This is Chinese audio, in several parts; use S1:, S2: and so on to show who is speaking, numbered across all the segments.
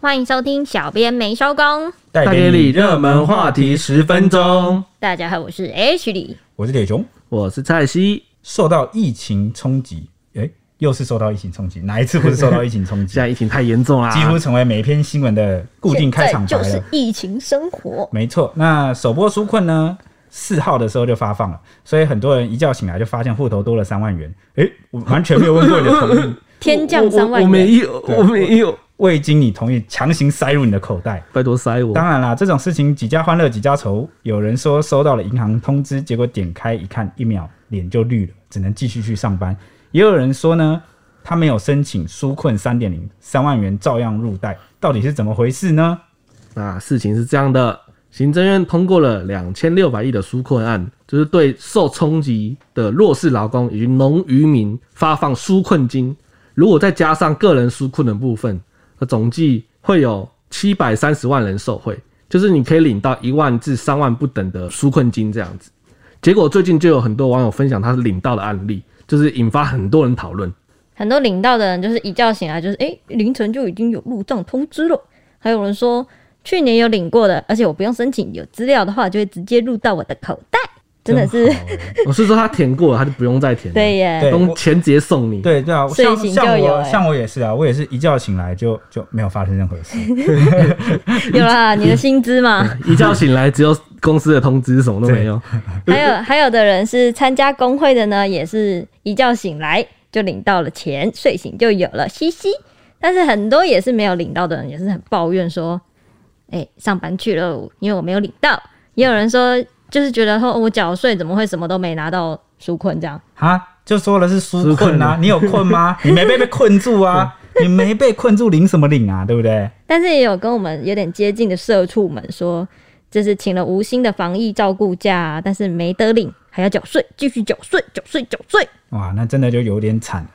S1: 欢迎收听《小编没收工》。
S2: 带
S3: 带给你热门话题十分钟。
S1: 大家好，我是 H 李。
S2: 我是铁熊。
S3: 我是蔡西，
S2: 受到疫情冲击，诶，又是受到疫情冲击，哪一次不是受到疫情冲击
S3: 现？在疫啊情太严重啦，
S2: 几乎成为每一篇新闻的固定开场白
S1: 现在
S2: 了。
S1: 就是疫情生活。
S2: 没错，那首播纾困呢？四号的时候就发放了，所以很多人一觉醒来就发现户头多了三万元。诶，我完全没有问过你的同意，
S1: 天降三
S3: 我我我
S1: 万
S3: 没
S1: 元，
S3: 有，我没有，
S2: 未经你同意强行塞入你的口袋。
S3: 拜托塞我。
S2: 当然啦，这种事情几家欢乐几家愁。有人说收到了银行通知，结果点开一看，一秒脸就绿了，只能继续去上班。也有人说呢，他没有申请纾困三点零，三万元照样入袋，到底是怎么回事呢？
S3: 那事情是这样的，行政院通过了两千六百亿的纾困案，就是对受冲击的弱势劳工以及农渔民发放纾困金。如果再加上个人纾困的部分，那总计会有七百三十万人受惠，就是你可以领到一万至三万不等的纾困金这样子。结果最近就有很多网友分享他领到的案例，就是引发很多人讨论。
S1: 很多领到的人就是一觉醒来就是，哎、凌晨就已经有入账通知了。还有人说，去年有领过的，而且我不用申请，有资料的话就会直接入到我的口袋，真的是
S2: 好欸
S3: 我是说他填过了，他就不用再填了，
S1: 对耶。
S2: 对
S3: 东钱直接送你。
S2: 对对啊，
S1: 睡
S2: 像
S1: 醒
S2: 像
S1: 就有
S2: 我
S1: 欸
S2: 像我也是啊，我也是一觉醒来就就没有发生任何事。
S1: 有啦，你的薪资嘛。
S3: 一觉醒来只有公司的通知，什么都没有。
S1: 还有还有的人是参加工会的呢，也是一觉醒来就领到了钱，睡醒就有了，嘻嘻。但是很多也是没有领到的人，也是很抱怨说，哎、上班去了，因为我没有领到。也有人说，就是觉得说、哦我缴税怎么会什么都没拿到纾困这样？
S2: 啊，就说了是纾困
S3: 纾
S2: 啊，
S3: 困
S2: 你有困吗？你没被被困住 啊，你没被困住领什么领啊，对不对？
S1: 但是也有跟我们有点接近的社畜们说，就是请了无薪的防疫照顾假、啊，但是没得领，还要缴税，继续缴税，缴税，缴税。
S2: 哇，那真的就有点惨了。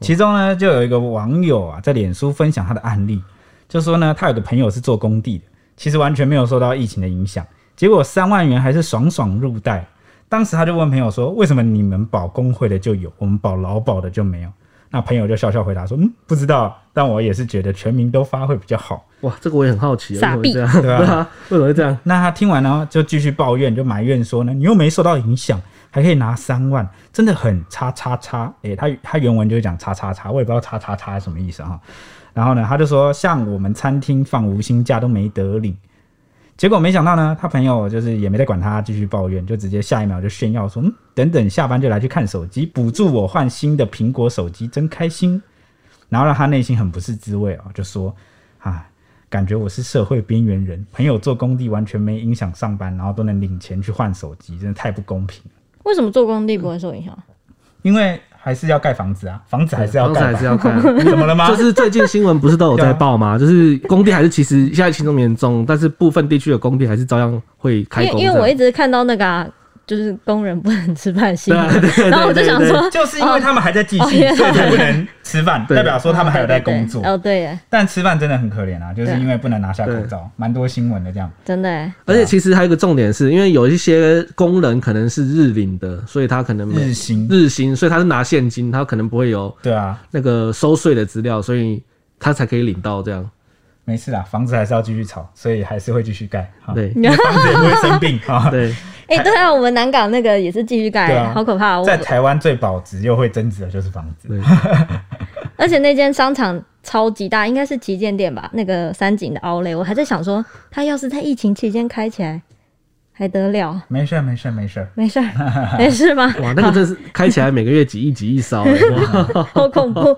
S2: 其中呢，就有一个网友啊，在脸书分享他的案例，就说呢，他有的朋友是做工地的，其实完全没有受到疫情的影响，结果三万元还是爽爽入袋。当时他就问朋友说：“为什么你们保工会的就有，我们保劳保的就没有？”那朋友就笑笑回答说：“嗯，不知道，但我也是觉得全民都发会比较好。”
S3: 哇，这个我也很好奇，为什
S1: 傻
S3: 么
S1: 逼
S3: 会这样？
S2: 对啊
S3: 对啊，为什么会这样？
S2: 那他听完呢，就继续抱怨，就埋怨说呢，你又没受到影响，还可以拿三万，真的很叉叉叉。诶、他他原文就是讲叉叉叉，我也不知道叉叉叉是什么意思哈。然后呢，他就说像我们餐厅放无薪假都没得领，结果没想到呢，他朋友就是也没再管他，继续抱怨，就直接下一秒就炫耀说，嗯，等等下班就来去看手机，补助我换新的苹果手机，真开心。然后让他内心很不是滋味哦，就说啊，感觉我是社会边缘人，朋友做工地完全没影响上班，然后都能领钱去换手机，真的太不公平了。
S1: 为什么做工地不会受影响？
S2: 因为还是要盖房子啊，房子还是要
S3: 当时
S2: 盖
S3: 还
S2: 吧
S3: 是，要看。
S2: 怎么了 吗？
S3: 就是最近新闻不是都有在报吗？就是工地还是其实现在轻松严重，但是部分地区的工地还是照样会开
S1: 因
S3: 工
S1: 为
S3: 这
S1: 因
S3: 样。
S1: 为我一直看到那个、啊、就是工人不能吃饭的新
S3: 对啊
S1: 闻，
S3: 对对
S1: 然后我就
S3: 对
S1: 想
S3: 对
S1: 说，
S2: 就是因为他们还在继
S1: 哦
S2: 续，
S1: 原来
S2: 所以才不能吃饭，
S3: 对
S2: 代表说他们还有在工作
S1: 对。对对哦，对耶，
S2: 但吃饭真的很可怜啊，就是因为不能拿下口罩，蛮多新闻的这样。
S1: 真的耶，
S3: 而且其实还有一个重点是，因为有一些工人可能是日领的，所以他可能每
S2: 日薪，
S3: 日薪，所以他是拿现金，他可能不会有
S2: 对啊，
S3: 那个收税的资料，所以他才可以领到这样。
S2: 没事啦，房子还是要继续炒，所以还是会继续盖。哈，
S3: 对
S2: 房子也不会生病啊。
S3: 对，
S1: 哎、对啊，我们南港那个也是继续盖、
S2: 对啊
S1: 好可怕、哦！
S2: 在台湾最保值又会增值的就是房子。
S1: 而且那间商场超级大，应该是旗舰店吧？那个三井的 Outlet，我还在想说，它要是在疫情期间开起来，还得了？
S2: 没事儿，没事儿，没事儿。
S1: 没事儿， 没事吗？
S3: 哇，那个真是开起来每个月几亿几亿烧、欸，哇
S1: 好恐 怖。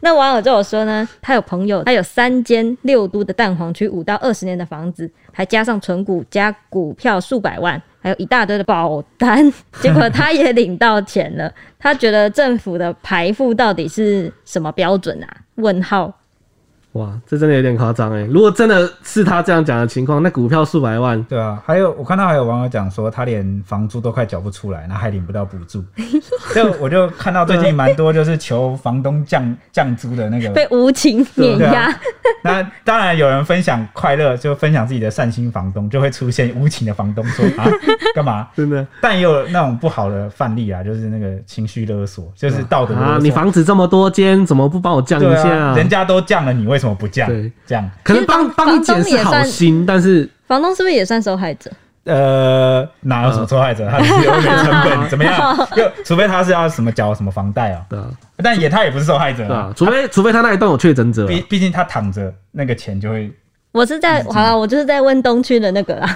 S1: 那网友就有说呢，他有朋友，他有三间六都的蛋黄区五到二十年的房子，还加上存股加股票数百万，还有一大堆的保 单，结果他也领到钱了。他觉得政府的排付到底是什么标准啊？问号。
S3: 哇，这真的有点夸张哎！如果真的是他这样讲的情况，那股票数百万，
S2: 对啊，还有我看到还有网友讲说，他连房租都快缴不出来，然后还领不到补 助。就我就看到最近蛮多就是求房东降降租的那个。
S1: 被无情碾
S2: 对
S1: 压
S2: 啊，那当然有人分享快乐，就分享自己的善心房东，就会出现无情的房东说 啊干嘛？
S3: 真的
S2: 但也有那种不好的范例啊，就是那个情
S3: 啊
S2: 绪勒索，就是道德勒索。
S3: 啊！你房子这么多间，怎么不帮我降一
S2: 对
S3: 下？
S2: 啊，人家都降了，你为什什么不降？
S3: 对，
S2: 这样
S3: 可能
S1: 其实
S3: 帮
S1: 房
S3: 帮你解释好心，但是
S1: 房东是不是也算受害者？
S2: 呃，哪有什
S3: 啊
S2: 么受害者？他只是有一点成 本，怎么样？又除非他是要什么缴什么房贷啊，
S3: 对啊，
S2: 但也他也不是受害者
S3: 对
S2: 啊
S3: 啊，，除非除非他那一栋有确诊者啊，
S2: 毕毕竟他躺着，那个钱就会。
S1: 我是在
S2: 嗯
S1: 好了，我就是在问东区的那个 啦，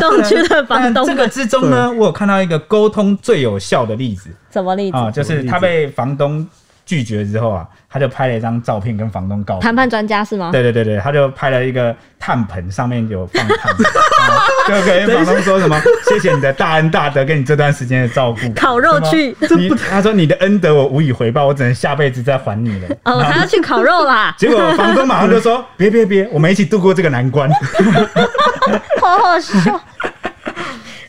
S1: 东区的房
S2: 但
S1: 东
S2: 这个
S1: 们
S2: 之中呢，我有看到一个沟通最有效的例子
S1: 什么例子？
S2: 啊，就是他被房东拒绝之后啊，他就拍了一张照片跟房东告
S1: 谈判专家是吗？
S2: 对对对对，他就拍了一个炭盆，上面有放炭， 啊就跟房东说什么“谢谢你的大恩大德，跟你这段时间的照顾”，
S1: 烤肉去
S2: 什么你他说你的恩德我无以回报，我只能下辈子再还你了。，
S1: 哦，他要去烤肉啦
S2: 结果房东马上就 说：“别别别，我们一起度过这个难关。
S1: 好好笑。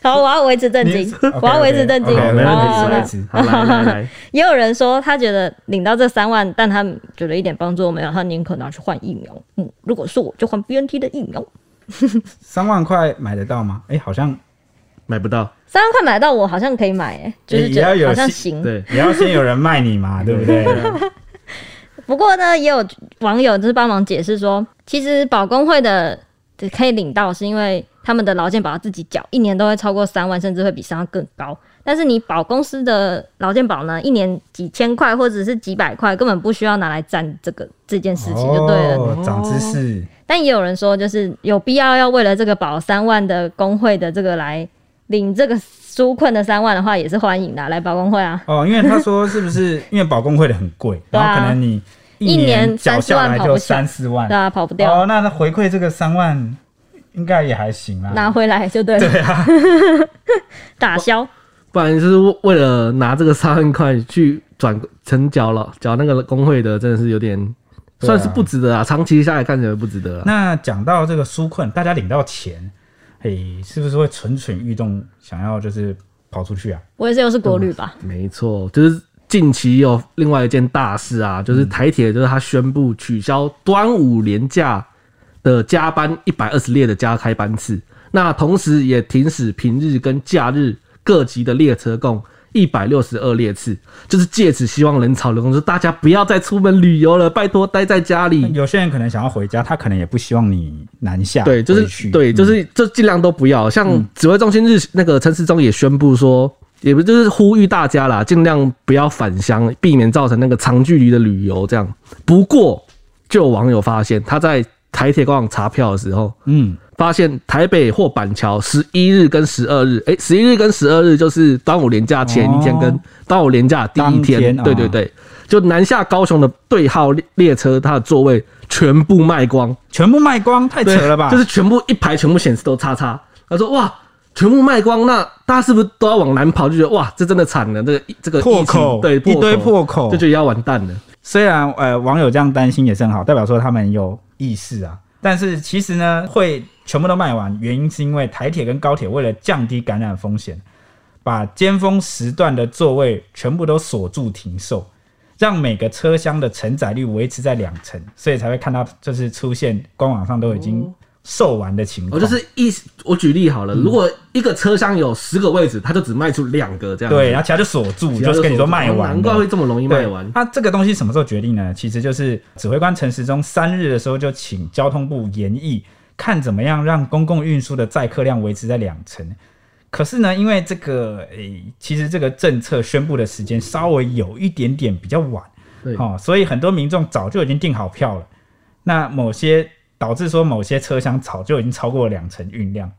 S1: 好，我要维持震
S2: 你
S1: 惊，
S2: OK，OK，
S1: 我要维持震惊。
S2: OK，OK，
S3: 没
S2: 好
S1: 好
S2: 好
S1: 好
S3: 问
S2: 好
S3: 题，好来来来，
S1: 也有人说他觉得领到这三万，但他觉得一点帮助都没有，他宁可拿去换疫苗。嗯，如果是我就换 BNT 的疫苗，”
S2: 三万块买得到吗？哎、好像
S3: 买不到，
S1: 三万块买到我好像可以买、欸，就是觉
S3: 哎
S2: 也
S1: 得
S2: 要有
S1: 好像
S2: 信
S1: 行。
S3: 对，
S2: 也要先有人卖 你嘛，对不对？
S1: 不过呢，也有网友就是帮忙解释说，其实保工会的可以领到，是因为他们的劳健保要自己缴，一年都会超过三万，甚至会比三万更高。但是你保公司的劳健保呢，一年几千块或者是几百块，根本不需要拿来占这个这件事情就对了。
S2: 哦，长知识。
S1: 但也有人说，就是有必要要为了这个保三万的工会的这个来领这个纾困的三万的话，也是欢迎的啊，来保工会啊。
S2: 哦，因为他说是不是 因为保工会的很贵，
S1: 对
S2: 然
S1: 啊
S2: 后可能你
S1: 一
S2: 年
S1: 年
S2: 缴
S1: 30
S2: 下
S1: 万
S2: 来
S1: 跑
S2: 就
S1: 不起来
S2: 三四万
S1: 对，啊，跑不掉，
S2: 哦，那他回馈这个三万应该也还行啦。
S1: 拿回来就对了。对啊， 打消。
S3: 不然就是为了拿这个三万块去转成缴了缴那个工会的，真的是有点
S2: 对啊
S3: 算是不值得啊，长期下来看起来不值得啊。
S2: 那讲到这个纾困，大家领到钱，嘿，是不是会蠢蠢欲动，想要就是跑出去啊？
S1: 我也是又是国旅吧，
S3: 没错，就是近期有另外一件大事啊，就是台铁就是它宣布取消端午连假的加班一百二十列的加开班次，那同时也停驶平日跟假日各级的列车共。一百六十二列次，就是借此希望人潮流动，就是大家不要再出门旅游了，拜托待在家
S1: 嗯
S3: 里。
S2: 有些人可能想要回家，他可能也不希望你南下回去，
S3: 对，
S2: 嗯
S3: 就是对，就是是就尽量都不要。像指挥中心日那个陈时中也宣布说，也不就是呼吁大家啦，尽量不要返乡，避免造成那个长距离的旅游这样。不过，就有网友发现他在台铁官网查票的时候，
S2: 嗯，
S3: 发现台北或板桥十一日跟十二日，诶，十一日跟十二日就是端午连假前一天
S2: 哦
S3: 跟端午连假第一天，
S2: 当天
S3: 对对
S2: 哦
S3: 对，就南下高雄的对号列列车，它的座位全部卖光。
S2: 全部卖光，太扯
S3: 对
S2: 了吧？
S3: 就是全部一排全部显示都叉叉。他说哇，全部卖光，那大家是不是都要往南跑？就觉得哇，这真的惨了，这个这个疫情
S2: 破口
S3: 对，
S2: 一堆破口
S3: 就觉得要完蛋了。
S2: 虽然呃网友这样担心也是很好，代表说他们有意识啊。但是其实呢，会全部都卖完，原因是因为台铁跟高铁为了降低感染风险，把尖峰时段的座位全部都锁住停售，让每个车厢的承载率维持在两成，所以才会看到就是出现官网上都已经售完的情
S3: 我
S2: 况。
S3: 哦就是一，我举例好了，
S2: 嗯
S3: 如果一个车厢有十个位置，他就只卖出两个这样子。
S2: 对，然后其他就锁住，
S3: 其他
S2: 就是跟你说卖完了，
S3: 哦难怪会这么容易卖完
S2: 对。那这个东西什么时候决定呢？其实就是指挥官陈时中三日的时候就请交通部研议，看怎么样让公共运输的载客量维持在两成。可是呢，因为这个诶、其实这个政策宣布的时间稍微有一点点比较晚，
S3: 对，
S2: 哦，所以很多民众早就已经订好票了。那某些导致说某些车厢早就已经超过了两成运量，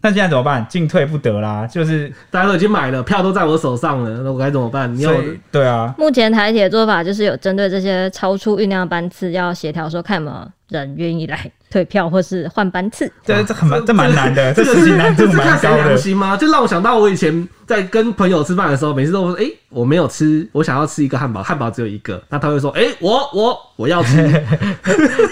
S2: 那现在怎么办？进退不得啦，就是
S3: 大家都已经买了，票都在我手上了，那我该怎么办？你要
S2: 所以对啊，
S1: 目前台铁的做法就是有针对这些超出运量班次，要协调说看有没有人愿意来退票或是换班次。
S2: 这这很蛮这蛮难 的，这
S3: 个
S2: 事情难度
S3: 这是看
S2: 蛮
S3: 谁
S2: 高
S3: 良
S2: 的。
S3: 心吗？就让我想到我以前在跟朋友吃饭的时候，每次都说：“哎、我没有吃，我想要吃一个汉堡，汉堡只有一个。”那他会说：“哎、我我我要吃。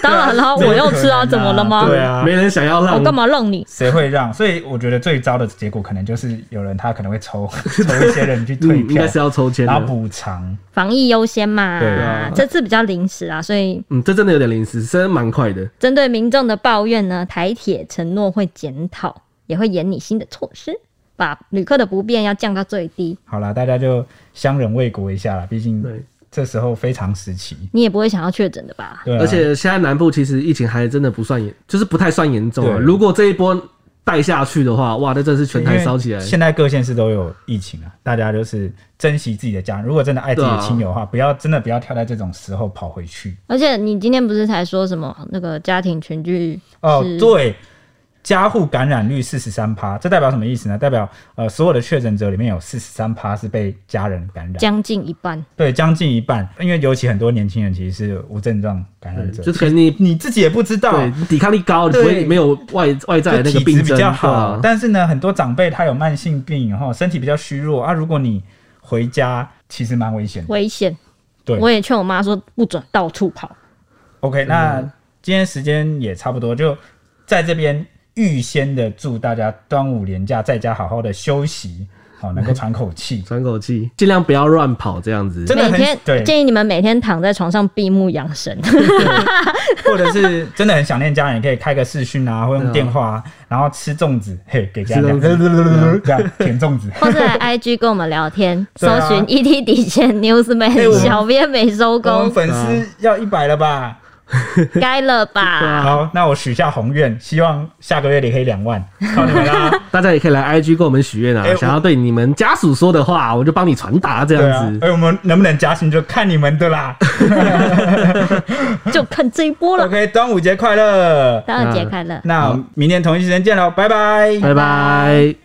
S1: 当然啦，我又吃啊，
S2: 这
S1: 怎
S2: 不可能啊
S1: 么了吗？
S2: 对 啊
S3: 没人想要让
S1: 我哦干嘛让你？
S2: 谁会让？所以我觉得最糟的结果可能就是有人他可能会抽 抽一些人去退
S3: 嗯，应
S2: 票
S3: 该，是要抽签
S2: 然后
S3: 的。
S2: 补偿。
S1: 防疫优先嘛
S2: 对啊，
S1: 这次比较临时啊，所以
S3: 嗯，这真的有点临时，真的蛮快的。
S1: 针对民众的抱怨呢，台铁承诺会检讨，也会研拟新的措施，把旅客的不便要降到最低。
S2: 好啦，大家就相忍为国一下啦，毕竟
S3: 对，
S2: 这时候非常时期。
S1: 你也不会想要确诊的吧？
S2: 对啊、
S3: 而且现在南部其实疫情还真的不算严，就是不太算严重啊。
S2: 对
S3: 如果这一波带下去的话，哇，那真是全台烧起来
S2: 因为。现在各县市都有疫情啊，大家就是珍惜自己的家人。如果真的爱自己的亲友的话，
S3: 啊
S2: 不要真的不要挑在这种时候跑回去。
S1: 而且你今天不是才说什么那个家庭群聚
S2: 哦
S1: 是，
S2: 对，家户感染率四十三趴，这代表什么意思呢？代表呃，所有的确诊者里面有四十三趴是被家人感染，
S1: 将近一半？
S2: 对，将近一半。因为尤其很多年轻人其实是无症状感染者，
S3: 就是可能你
S2: 你自己也不知道。
S3: 对你抵抗力高，你不
S2: 对
S3: 会没有外外在的
S2: 就
S3: 那个
S2: 体
S3: 病
S2: 质
S3: 症，
S2: 比较好
S3: 对啊，。
S2: 但是呢，很多长辈他有慢性病，然后身体比较虚弱啊。如果你回家，其实蛮危险的。
S1: 危险。
S2: 对
S1: 我也劝我妈说不准到处跑。
S2: OK，那今天时间也差不多，就在这边预先的祝大家端午连假在家好好的休息，好能够喘口气
S3: 喘口气，尽量不要乱跑这样子。
S2: 真的
S1: 每
S2: 很
S1: 天
S2: 对
S1: 建议你们每天躺在床上闭目养神。
S2: 或者是真的很想念家人，也可以开个视讯啊，或
S3: 对啊
S2: 用电话、啊，然后吃粽子，嘿，给家
S3: 吃
S2: 人
S3: 粽子
S2: 这样舔粽子。
S1: 或是 来 IG 跟我们聊天，
S2: 对
S1: 搜
S2: 啊
S1: 寻 ET 底线 Newsman，、
S2: 哎我们
S1: 小编没收
S2: 我们
S1: 工，
S2: 粉丝要一百了吧？
S1: 该了
S3: 对
S1: 吧？
S3: 啊
S2: 好，那我许下宏愿，希望下个月里可以两万，靠你们啦！
S3: 大家也可以来 IG 跟我们许愿啊
S2: 哎，我
S3: 想要对你们家属说的话，我就帮你传达 这
S2: 对
S3: 样
S2: 啊
S3: 子，。
S2: 哎、我们能不能加薪就看你们的啦。
S1: 就看这一波了。
S2: OK，端午节快乐！嗯
S1: 端午节快乐！
S2: 那明天同一时间见喽，拜拜。
S3: 拜拜。